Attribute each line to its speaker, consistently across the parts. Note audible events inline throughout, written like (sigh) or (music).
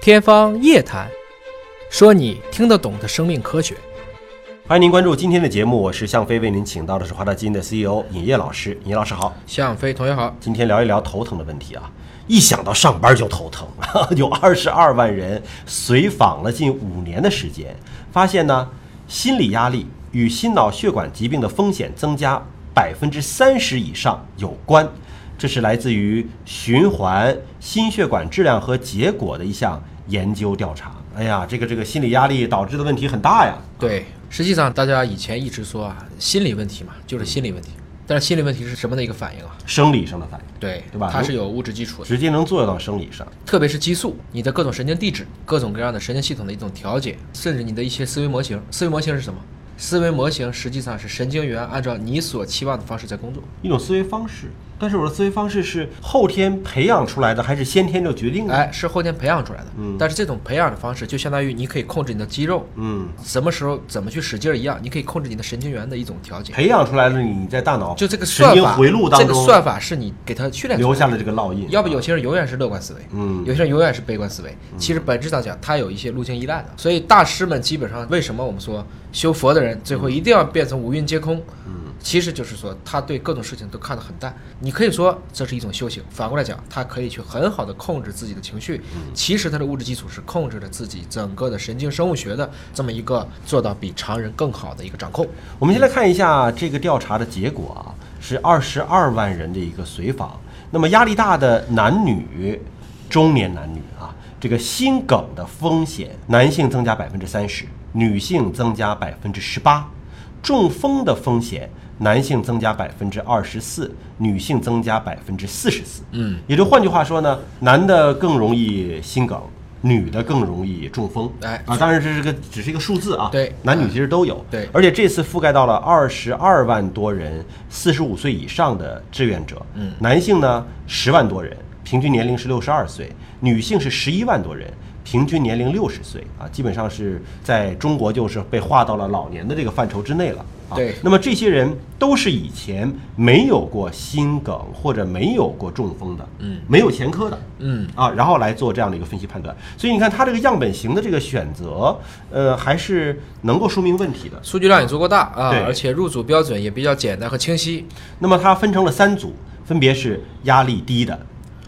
Speaker 1: 天方夜谭，说你听得懂的生命科学。
Speaker 2: 欢迎您关注今天的节目，我是向飞，为您请到的是华大基因的 CEO 尹烨老师。尹老师好，
Speaker 1: 向飞同学好，
Speaker 2: 今天聊一聊头疼的问题啊。一想到上班就头疼， (laughs) 有二十二万人随访了近五年的时间，发现呢，心理压力与心脑血管疾病的风险增加百分之三十以上有关。这是来自于循环心血管质量和结果的一项研究调查。哎呀，这个这个心理压力导致的问题很大呀。
Speaker 1: 对，实际上大家以前一直说啊，心理问题嘛，就是心理问题。但是心理问题是什么的一个反应啊？
Speaker 2: 生理上的反应，
Speaker 1: 对，
Speaker 2: 对吧
Speaker 1: 它是有物质基础的，
Speaker 2: 直接能作用到生理上。
Speaker 1: 特别是激素，你的各种神经递质、各种各样的神经系统的一种调节，甚至你的一些思维模型。思维模型是什么？思维模型实际上是神经元按照你所期望的方式在工作。
Speaker 2: 一种思维方式。但是我的思维方式是后天培养出来的，还是先天就决定的？
Speaker 1: 哎，是后天培养出来的。但是这种培养的方式就相当于你可以控制你的肌肉，
Speaker 2: 嗯，
Speaker 1: 什么时候怎么去使劲儿一样，你可以控制你的神经元的一种调节。
Speaker 2: 培养出来的你在大脑
Speaker 1: 就这个
Speaker 2: 神
Speaker 1: 算
Speaker 2: 经
Speaker 1: 法，
Speaker 2: 回路当
Speaker 1: 这个
Speaker 2: 中
Speaker 1: 算法是你给他训练出来的
Speaker 2: 留下了这个烙印。
Speaker 1: 要不有些人永远是乐观思维，
Speaker 2: 嗯
Speaker 1: 有些人永远是悲观思维。其实本质上讲，他有一些路径依赖的。所以大师们基本上为什么我们说修佛的人最
Speaker 2: 嗯
Speaker 1: 后一定要变成五蕴皆空？嗯，其实就是说他对各种事情都看得很淡。你可以说这是一种修行，反过来讲，他可以去很好的控制自己的情绪。
Speaker 2: 嗯
Speaker 1: 其实他的物质基础是控制着自己整个的神经生物学的这么一个做到比常人更好的一个掌控。
Speaker 2: 我们先来看一下这个调查的结果啊，是二十二万人的一个随访。那么压力大的男女、中年男女啊，这个心梗的风险，男性增加百分之三十，女性增加百分之十八；中风的风险，男性增加百分之二十四，女性增加百分之四十四。嗯，也就换句话说呢，男的更容易心梗。女的更容易中风，
Speaker 1: 哎
Speaker 2: 啊，当然这是个只是一个数字啊，
Speaker 1: 对
Speaker 2: 男女其实都有，
Speaker 1: 对
Speaker 2: 而且这次覆盖到了二十二万多人，四十五岁以上的志愿者，嗯，男性呢十万多人，平均年龄是六十二岁，女性是十一万多人。平均年龄六十岁啊，基本上是在中国就是被划到了老年的这个范畴之内了啊。
Speaker 1: 对
Speaker 2: 那么这些人都是以前没有过心梗或者没有过中风的，嗯，没有前科的，
Speaker 1: 嗯
Speaker 2: 啊，然后来做这样的一个分析判断。所以你看，它这个样本型的这个选择，呃，还是能够说明问题的。
Speaker 1: 数据量也足够大啊
Speaker 2: 对，
Speaker 1: 而且入组标准也比较简单和清晰。
Speaker 2: 那么它分成了三组，分别是压力低的、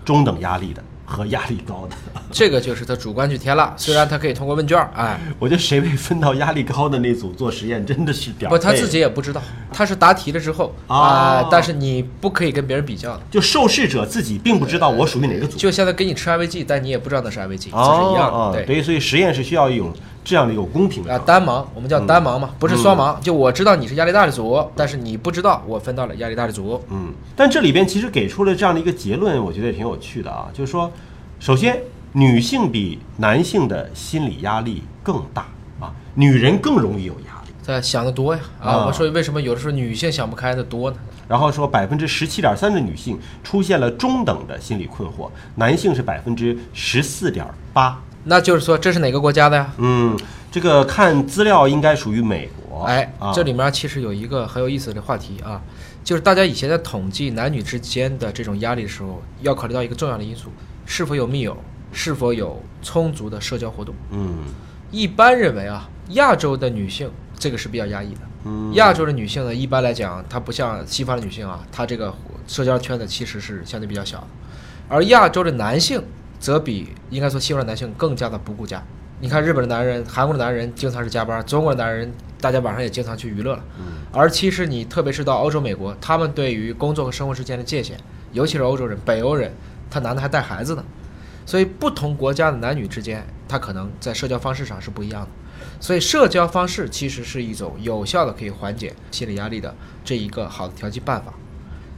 Speaker 2: 中等压力的和压力高的。 (laughs)
Speaker 1: 这个就是他主观去填了，虽然他可以通过问卷儿，哎，
Speaker 2: 我觉得谁被分到压力高的那组做实验，真的是点儿
Speaker 1: 不，他
Speaker 2: 背
Speaker 1: 自己也不知道，他是答题了之后
Speaker 2: 哦
Speaker 1: 啊、但是你不可以跟别人比较的，
Speaker 2: 就受试者自己并不知道我属于哪个组，
Speaker 1: 就相当于给你吃安慰剂，但你也不知道那是安慰剂，这
Speaker 2: 哦
Speaker 1: 是一样的，
Speaker 2: 哦
Speaker 1: 对。
Speaker 2: 对，所以实验是需要一种这样的一种公平的
Speaker 1: 啊，单盲，我们
Speaker 2: 嗯
Speaker 1: 叫单盲嘛，不是双盲。就我知道你是压力大的组，但是你不知道我分到了压力大的组。
Speaker 2: 嗯，但这里边其实给出了这样的一个结论，我觉得也挺有趣的啊，就是说，首先女性比男性的心理压力更大啊，女人更容易有压力。
Speaker 1: 他想的多呀，啊，
Speaker 2: 啊
Speaker 1: 我说为什么有的时候女性想不开的多呢？
Speaker 2: 然后说百分之十七点三的女性出现了中等的心理困惑，男性是百分之十四点八。
Speaker 1: 那就是说这是哪个国家的呀？
Speaker 2: 嗯，这个看资料应该属于美国。
Speaker 1: 哎
Speaker 2: 啊，，
Speaker 1: 这里面其实有一个很有意思的话题啊，就是大家以前在统计男女之间的这种压力的时候，要考虑到一个重要的因素：是否有密友，是否有充足的社交活动。
Speaker 2: 嗯
Speaker 1: 一般认为啊，亚洲的女性这个是比较压抑的。
Speaker 2: 嗯
Speaker 1: 亚洲的女性呢，一般来讲，她不像西方的女性啊，她这个社交圈子其实是相对比较小的，而亚洲的男性则比应该说西方的男性更加的不顾家。你看日本的男人、韩国的男人经常是加班，中国的男人大家晚上也经常去娱乐了。而其实你特别是到欧洲、美国，他们对于工作和生活之间的界限，尤其是欧洲人、北欧人，他男的还带孩子呢。所以不同国家的男女之间，他可能在社交方式上是不一样的。所以社交方式其实是一种有效的可以缓解心理压力的这一个好的调剂办法。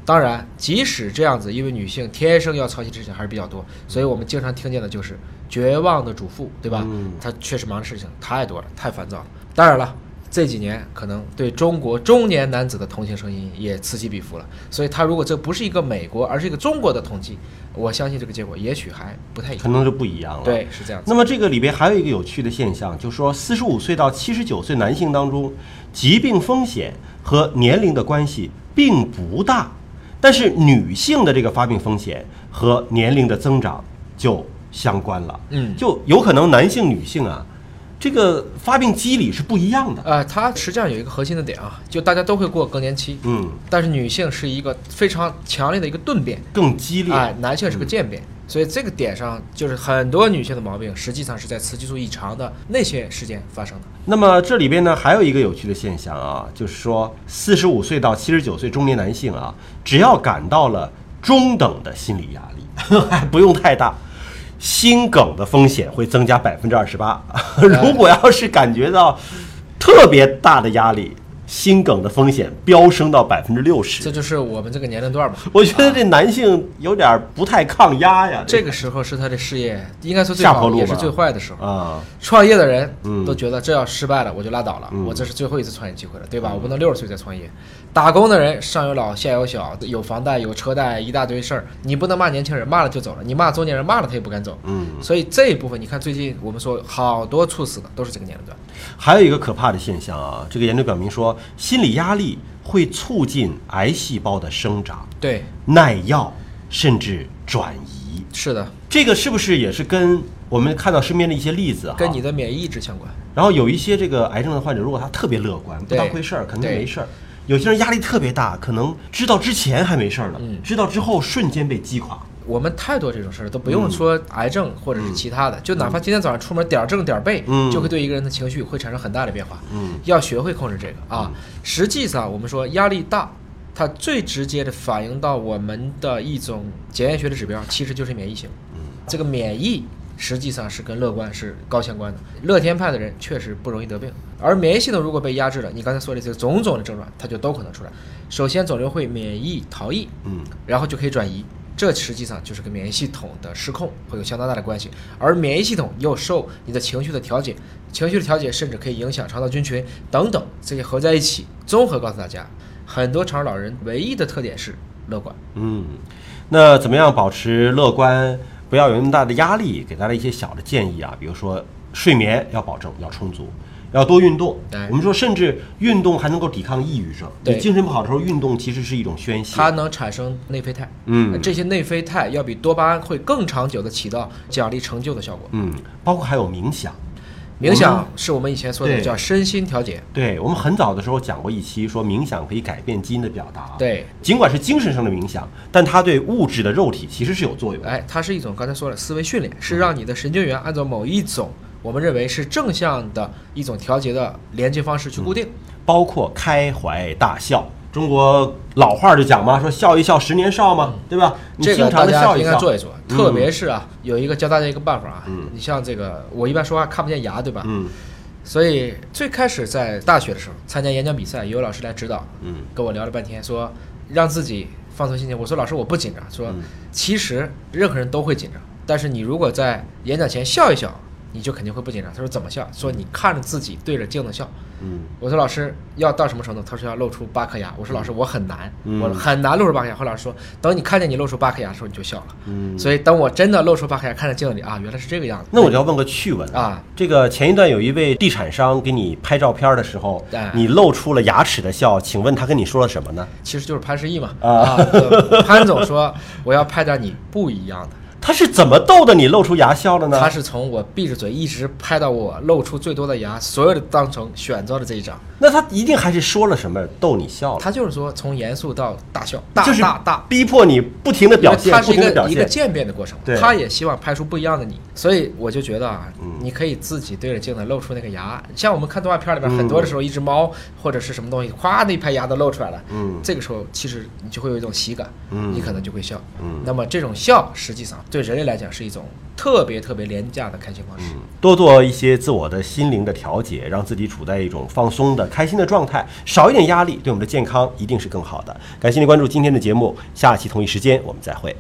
Speaker 1: 当然，即使这样子，因为女性天生要操心事情还是比较多，所以我们经常听见的就是绝望的主妇，对吧？
Speaker 2: 嗯
Speaker 1: 她确实忙的事情太多了，太烦躁了。当然了。这几年可能对中国中年男子的同情声音也此起彼伏了，所以他如果这不是一个美国，而是一个中国的统计，我相信这个结果也许还不太一
Speaker 2: 可
Speaker 1: 样。
Speaker 2: 能就不一样了。
Speaker 1: 对，是这样子。
Speaker 2: 那么这个里边还有一个有趣的现象，就是说四十五岁到七十九岁男性当中，疾病风险和年龄的关系并不大，但是女性的这个发病风险和年龄的增长就相关了。
Speaker 1: 嗯
Speaker 2: 就有可能男性、女性啊，这个发病机理是不一样的。
Speaker 1: 呃，它实际上有一个核心的点啊，就大家都会过更年期，
Speaker 2: 嗯，
Speaker 1: 但是女性是一个非常强烈的一个钝变，
Speaker 2: 更激烈。
Speaker 1: 哎，男性是个渐变，所以这个点上就是很多女性的毛病，实际上是在雌激素异常的那些时间发生的。
Speaker 2: 那么这里边呢，还有一个有趣的现象啊，就是说，四十五岁到七十九岁中年男性啊，只要感到了中等的心理压力， (laughs) 还不用太大，心梗的风险会增加百分之二十八。
Speaker 1: 哎
Speaker 2: 如果要是感觉到特别大的压力，心梗的风险飙升到百分之六
Speaker 1: 这
Speaker 2: 十。
Speaker 1: 就是我们这个年龄段嘛。
Speaker 2: 我觉得这男性有点不太抗压呀，
Speaker 1: 这个时候是他的事业应该说最
Speaker 2: 下坡
Speaker 1: 好
Speaker 2: 路
Speaker 1: 也是
Speaker 2: 吧
Speaker 1: 最坏的时候。
Speaker 2: 啊，
Speaker 1: 创业的人
Speaker 2: 嗯
Speaker 1: 都觉得这要失败了我就拉倒了，
Speaker 2: 嗯
Speaker 1: 我这是最后一次创业机会了，对吧？我不能六十岁再创业。打工的人上有老下有小，有房贷有车贷一大堆事儿，你不能骂年轻人，骂了就走了；你骂中年人，骂了他也不敢走。
Speaker 2: 嗯。
Speaker 1: 所以这一部分，你看最近我们说好多猝死的都是这个年龄段。
Speaker 2: 还有一个可怕的现象啊，这个研究表明说，心理压力会促进癌细胞的生长、
Speaker 1: 对，
Speaker 2: 耐药，甚至转移。
Speaker 1: 是的，
Speaker 2: 这个是不是也是跟我们看到身边的一些例子啊？
Speaker 1: 跟你的免疫抑制相关。
Speaker 2: 然后有一些这个癌症的患者，如果他特别乐观，不
Speaker 1: 对
Speaker 2: 当回事儿，肯定
Speaker 1: 对
Speaker 2: 没事儿。有些人压力特别大，可能知道之前还没事儿呢，
Speaker 1: 嗯
Speaker 2: 知道之后瞬间被击垮。
Speaker 1: 我们太多这种事儿，都不用说癌症或者是其他的，就哪怕今天早上出门点儿正点儿背，
Speaker 2: 嗯
Speaker 1: 就会对一个人的情绪会产生很大的变化。
Speaker 2: 嗯，
Speaker 1: 要学会控制这个啊。实际上，我们说压力大，它最直接的反映到我们的一种检验学的指标，其实就是免疫性。这个免疫实际上是跟乐观是高相关的。乐天派的人确实不容易得病，而免疫系统如果被压制了，你刚才说的这种种的症状，它就都可能出来。首先，肿瘤会免疫逃逸，
Speaker 2: 嗯，
Speaker 1: 然后就可以转移。这实际上就是跟免疫系统的失控会有相当大的关系，而免疫系统又受你的情绪的调节，情绪的调节甚至可以影响肠道菌群等等这些合在一起。综合告诉大家，很多肠老人唯一的特点是乐观。
Speaker 2: 嗯，那怎么样保持乐观，不要有那么大的压力？给大家一些小的建议啊，比如说睡眠要保证，要充足，要多运动
Speaker 1: 对。
Speaker 2: 我们说，甚至运动还能够抵抗抑郁症。
Speaker 1: 对
Speaker 2: 你精神不好的时候，运动其实是一种宣泄。
Speaker 1: 它能产生内啡肽，
Speaker 2: 嗯
Speaker 1: 这些内啡肽要比多巴胺会更长久的起到奖励成就的效果。
Speaker 2: 嗯，包括还有冥想。
Speaker 1: 冥想是我们以前说的
Speaker 2: 对
Speaker 1: 叫身心调节，
Speaker 2: 对我们很早的时候讲过一期，说冥想可以改变基因的表达。，
Speaker 1: 对，
Speaker 2: 尽管是精神上的冥想，但它对物质的肉体其实是有作用的。
Speaker 1: 哎，它是一种刚才说了思维训练，是让你的神经元按照某一种我们认为是正向的一种调节的连接方式去固
Speaker 2: 嗯
Speaker 1: 定。
Speaker 2: 包括开怀大笑。中国老话儿就讲嘛，说笑一笑十年少嘛，对吧？
Speaker 1: 嗯
Speaker 2: 你
Speaker 1: 这
Speaker 2: 经
Speaker 1: 个
Speaker 2: 常
Speaker 1: 大
Speaker 2: 的
Speaker 1: 家
Speaker 2: 笑一嗯
Speaker 1: 应该
Speaker 2: 笑，
Speaker 1: 做一做，特别是啊，有一个教大家一个办法啊，你像这个我一般说话看不见牙，对吧？
Speaker 2: 嗯
Speaker 1: 所以最开始在大学的时候参加演讲比赛，有老师来指导，
Speaker 2: 嗯，
Speaker 1: 跟我聊了半天，说让自己放松心情。我说老师我不紧张，说
Speaker 2: 嗯
Speaker 1: 其实任何人都会紧张，但是你如果在演讲前笑一笑，你就肯定会不紧张。他说怎么笑？说你看着自己对着镜子笑。
Speaker 2: 嗯，
Speaker 1: 我说老师要到什么程度？他说要露出八颗牙。我说老师我很难，
Speaker 2: 嗯
Speaker 1: 我很难露出八颗牙。后来老师说，等你看见你露出八颗牙的时候你就笑了。
Speaker 2: 嗯
Speaker 1: 所以等我真的露出八颗牙，看着镜子里啊，原来是这个样子。
Speaker 2: 那我就要问个趣闻
Speaker 1: 啊，
Speaker 2: 这个前一段有一位地产商给你拍照片的时候
Speaker 1: 哎，
Speaker 2: 你露出了牙齿的笑，请问他跟你说了什么呢？
Speaker 1: 其实就是潘石屹嘛。
Speaker 2: 啊
Speaker 1: 呃潘总说我要拍点你不一样
Speaker 2: (laughs)
Speaker 1: 的。
Speaker 2: 他是怎么逗的你露出牙笑的呢
Speaker 1: 他？是从我闭着嘴一直拍到我露出最多的牙，所有的当成选择的这一张。
Speaker 2: 那他一定还是说了什么逗你笑了，
Speaker 1: 他就是说从严肃到大笑，大
Speaker 2: 就是
Speaker 1: 大大。
Speaker 2: 逼迫你不停的
Speaker 1: 因为
Speaker 2: 表现
Speaker 1: 它，
Speaker 2: 不
Speaker 1: 是一
Speaker 2: 停的表
Speaker 1: 个一个
Speaker 2: 现。
Speaker 1: 渐变的过程
Speaker 2: 对，嗯
Speaker 1: 他也希望拍出不一样的你，所以我就觉得啊，你可以自己对着镜子露出那个牙。像我们看动画片里边，很
Speaker 2: 嗯
Speaker 1: 多的时候，一只猫或者是什么东西，咵，那排牙都露出来了。
Speaker 2: 嗯
Speaker 1: 这个时候其实你就会有一种喜感，
Speaker 2: 嗯
Speaker 1: 你可能就会笑。
Speaker 2: 嗯
Speaker 1: 那么这种笑实际上对人类来讲是一种特别特别廉价的开心方式。
Speaker 2: 多做一些自我的心灵的调节，让自己处在一种放松的、开心的状态，少一点压力，对我们的健康一定是更好的。感谢您关注今天的节目，下期同一时间我们再会。